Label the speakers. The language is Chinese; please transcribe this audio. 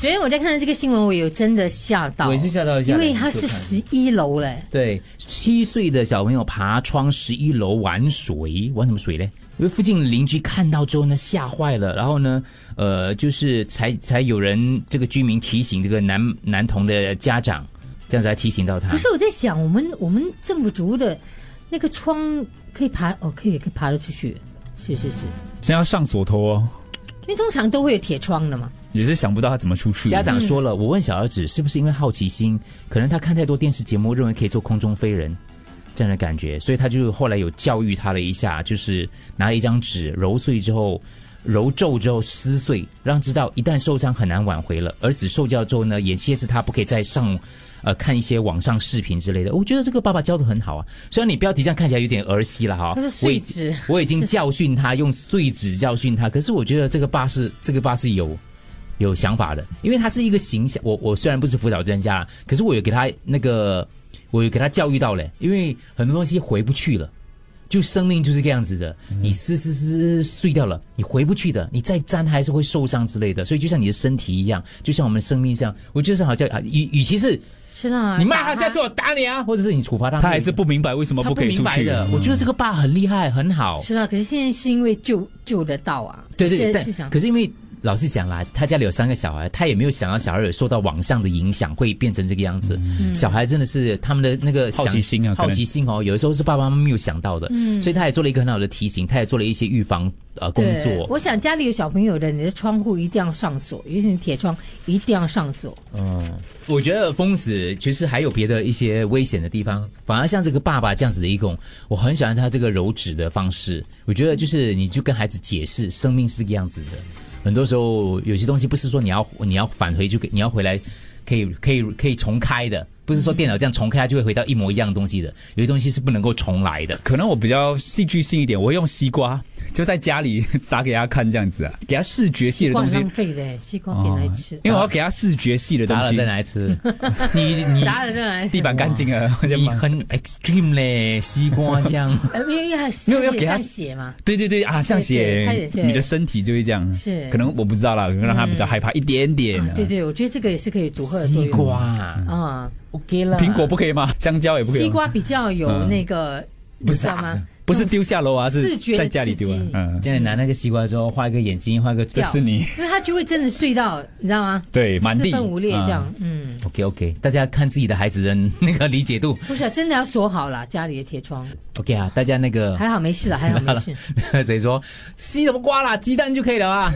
Speaker 1: 昨天我在看到这个新闻，我有真的吓到，
Speaker 2: 我也是吓到一下，
Speaker 1: 因为它是
Speaker 2: 就看
Speaker 1: 十一楼嘞，
Speaker 2: 对，七岁的小朋友爬窗十一楼玩水，玩什么水嘞？因为附近邻居看到之后呢，吓坏了，然后呢，呃，就是才才有人这个居民提醒这个男男童的家长，这样才提醒到他
Speaker 1: 不。是我在想，我们我们政府族的那个窗可以爬，哦，可以可以爬得出去，是是是，
Speaker 3: 真要上锁头哦，
Speaker 1: 因为通常都会有铁窗的嘛。
Speaker 3: 也是想不到他怎么出去。
Speaker 2: 家长说了，我问小儿子是不是因为好奇心，可能他看太多电视节目，认为可以做空中飞人这样的感觉，所以他就后来有教育他了一下，就是拿了一张纸揉碎之后。揉皱之后撕碎，让知道一旦受伤很难挽回了。儿子受教之后呢，也揭示他不可以再上，呃，看一些网上视频之类的。我觉得这个爸爸教的很好啊，虽然你标题这样看起来有点儿戏了哈
Speaker 1: 他是，
Speaker 2: 哦我已
Speaker 1: 碎纸
Speaker 2: 我已经教训他，用碎纸教训他。可是我觉得这个爸是这个爸是有有想法的，因为他是一个形象。我我虽然不是辅导专家啦，可是我有给他那个，我有给他教育到嘞，因为很多东西回不去了。就生命就是这样子的，
Speaker 3: 嗯
Speaker 2: 你撕撕撕撕碎掉了，你回不去的，你再粘还是会受伤之类的。所以就像你的身体一样，就像我们生命上，我就是好
Speaker 3: 哎
Speaker 2: 像啊，与与其是
Speaker 1: 是啦，
Speaker 2: 你骂他
Speaker 1: 打
Speaker 2: 下次我打你啊，或者是你处罚他，
Speaker 3: 他还是不明白为什么
Speaker 2: 他不
Speaker 3: 可以
Speaker 2: 明
Speaker 3: 出
Speaker 2: 白
Speaker 3: 去
Speaker 2: 的。我觉得这个爸很厉害，很好。
Speaker 1: 是啦，可是现在是因为救救得到啊，
Speaker 2: 对
Speaker 1: 现
Speaker 2: 对，
Speaker 1: 在是想
Speaker 2: 但可是因为老实讲啦，他家里有三个小孩，他也没有想到小孩有受到网上的影响会变成这个样子。
Speaker 1: 嗯
Speaker 2: 小孩真的是他们的那个
Speaker 3: 好
Speaker 2: 想
Speaker 3: 奇心啊可能
Speaker 2: 好奇心哦，有的时候是爸爸妈妈没有想到的，
Speaker 1: 嗯
Speaker 2: 所以他也做了一个很好的提醒，他也做了一些预防呃工
Speaker 1: 对
Speaker 2: 作。
Speaker 1: 我想家里有小朋友的，你的窗户一定要上锁，尤其是铁窗一定要上锁。
Speaker 2: 我觉得疯子其实还有别的一些危险的地方，反而像这个爸爸这样子的一种，我很喜欢他这个揉纸的方式。我觉得就是你就跟孩子解释，生命是这个样子的。很多时候有些东西不是说你要你要返回就可以你要回来，可以可以可以重开的，不是说电脑这样重开它就会回到一模一样的东西的。有些东西是不能够重来的。
Speaker 3: 可能我比较戏剧性一点，我会用西瓜就在家里砸给他看这样子啊，给他视觉系的
Speaker 1: 光
Speaker 3: 东西，
Speaker 1: 浪费嘞，西瓜
Speaker 2: 哦
Speaker 1: 给来吃，
Speaker 3: 因为我要给他视觉系的东
Speaker 2: 砸了
Speaker 3: 西
Speaker 2: 再，拿来吃， 你你
Speaker 1: 砸了再来
Speaker 3: 地板干净啊，我就
Speaker 2: 你
Speaker 3: 把
Speaker 2: 很 extreme 嘞，西瓜这 样。
Speaker 1: 呃， 因为还
Speaker 3: 没有要给他
Speaker 1: 上血嘛，
Speaker 3: 对对对啊，像
Speaker 1: 对他也
Speaker 3: 写
Speaker 1: 是
Speaker 3: 你的身体就会这样，
Speaker 1: 是
Speaker 3: 可能我不知道啦，可能让他比较害怕一点点、
Speaker 1: 啊对对，我觉得这个也是可以组合的作
Speaker 2: 西
Speaker 1: 用
Speaker 2: 瓜啊
Speaker 1: 啊，
Speaker 2: ，OK 了。
Speaker 3: 苹果不可以吗？香蕉也不可以吗
Speaker 1: 西瓜比较有那个，你知道
Speaker 2: 不是
Speaker 1: 吗
Speaker 2: 啊？
Speaker 3: 不是丢下楼啊，
Speaker 1: 视
Speaker 3: 是
Speaker 1: 觉
Speaker 3: 在家里丢啊
Speaker 1: 刺激。
Speaker 3: 嗯，
Speaker 2: 现在拿那个西瓜之后，画一个眼睛，画一个
Speaker 3: 这是你
Speaker 1: 因为它就会真的碎到，你知道吗？
Speaker 3: 对满地
Speaker 1: 四分五裂这样，嗯，
Speaker 2: OK OK，大家看自己的孩子的那个理解度。
Speaker 1: 不是啊，真的要锁好了家里的铁窗，
Speaker 2: OK 啊，大家那个
Speaker 1: 还好没事了，还好没事。
Speaker 2: 谁说西什么瓜啦，鸡蛋就可以了啊。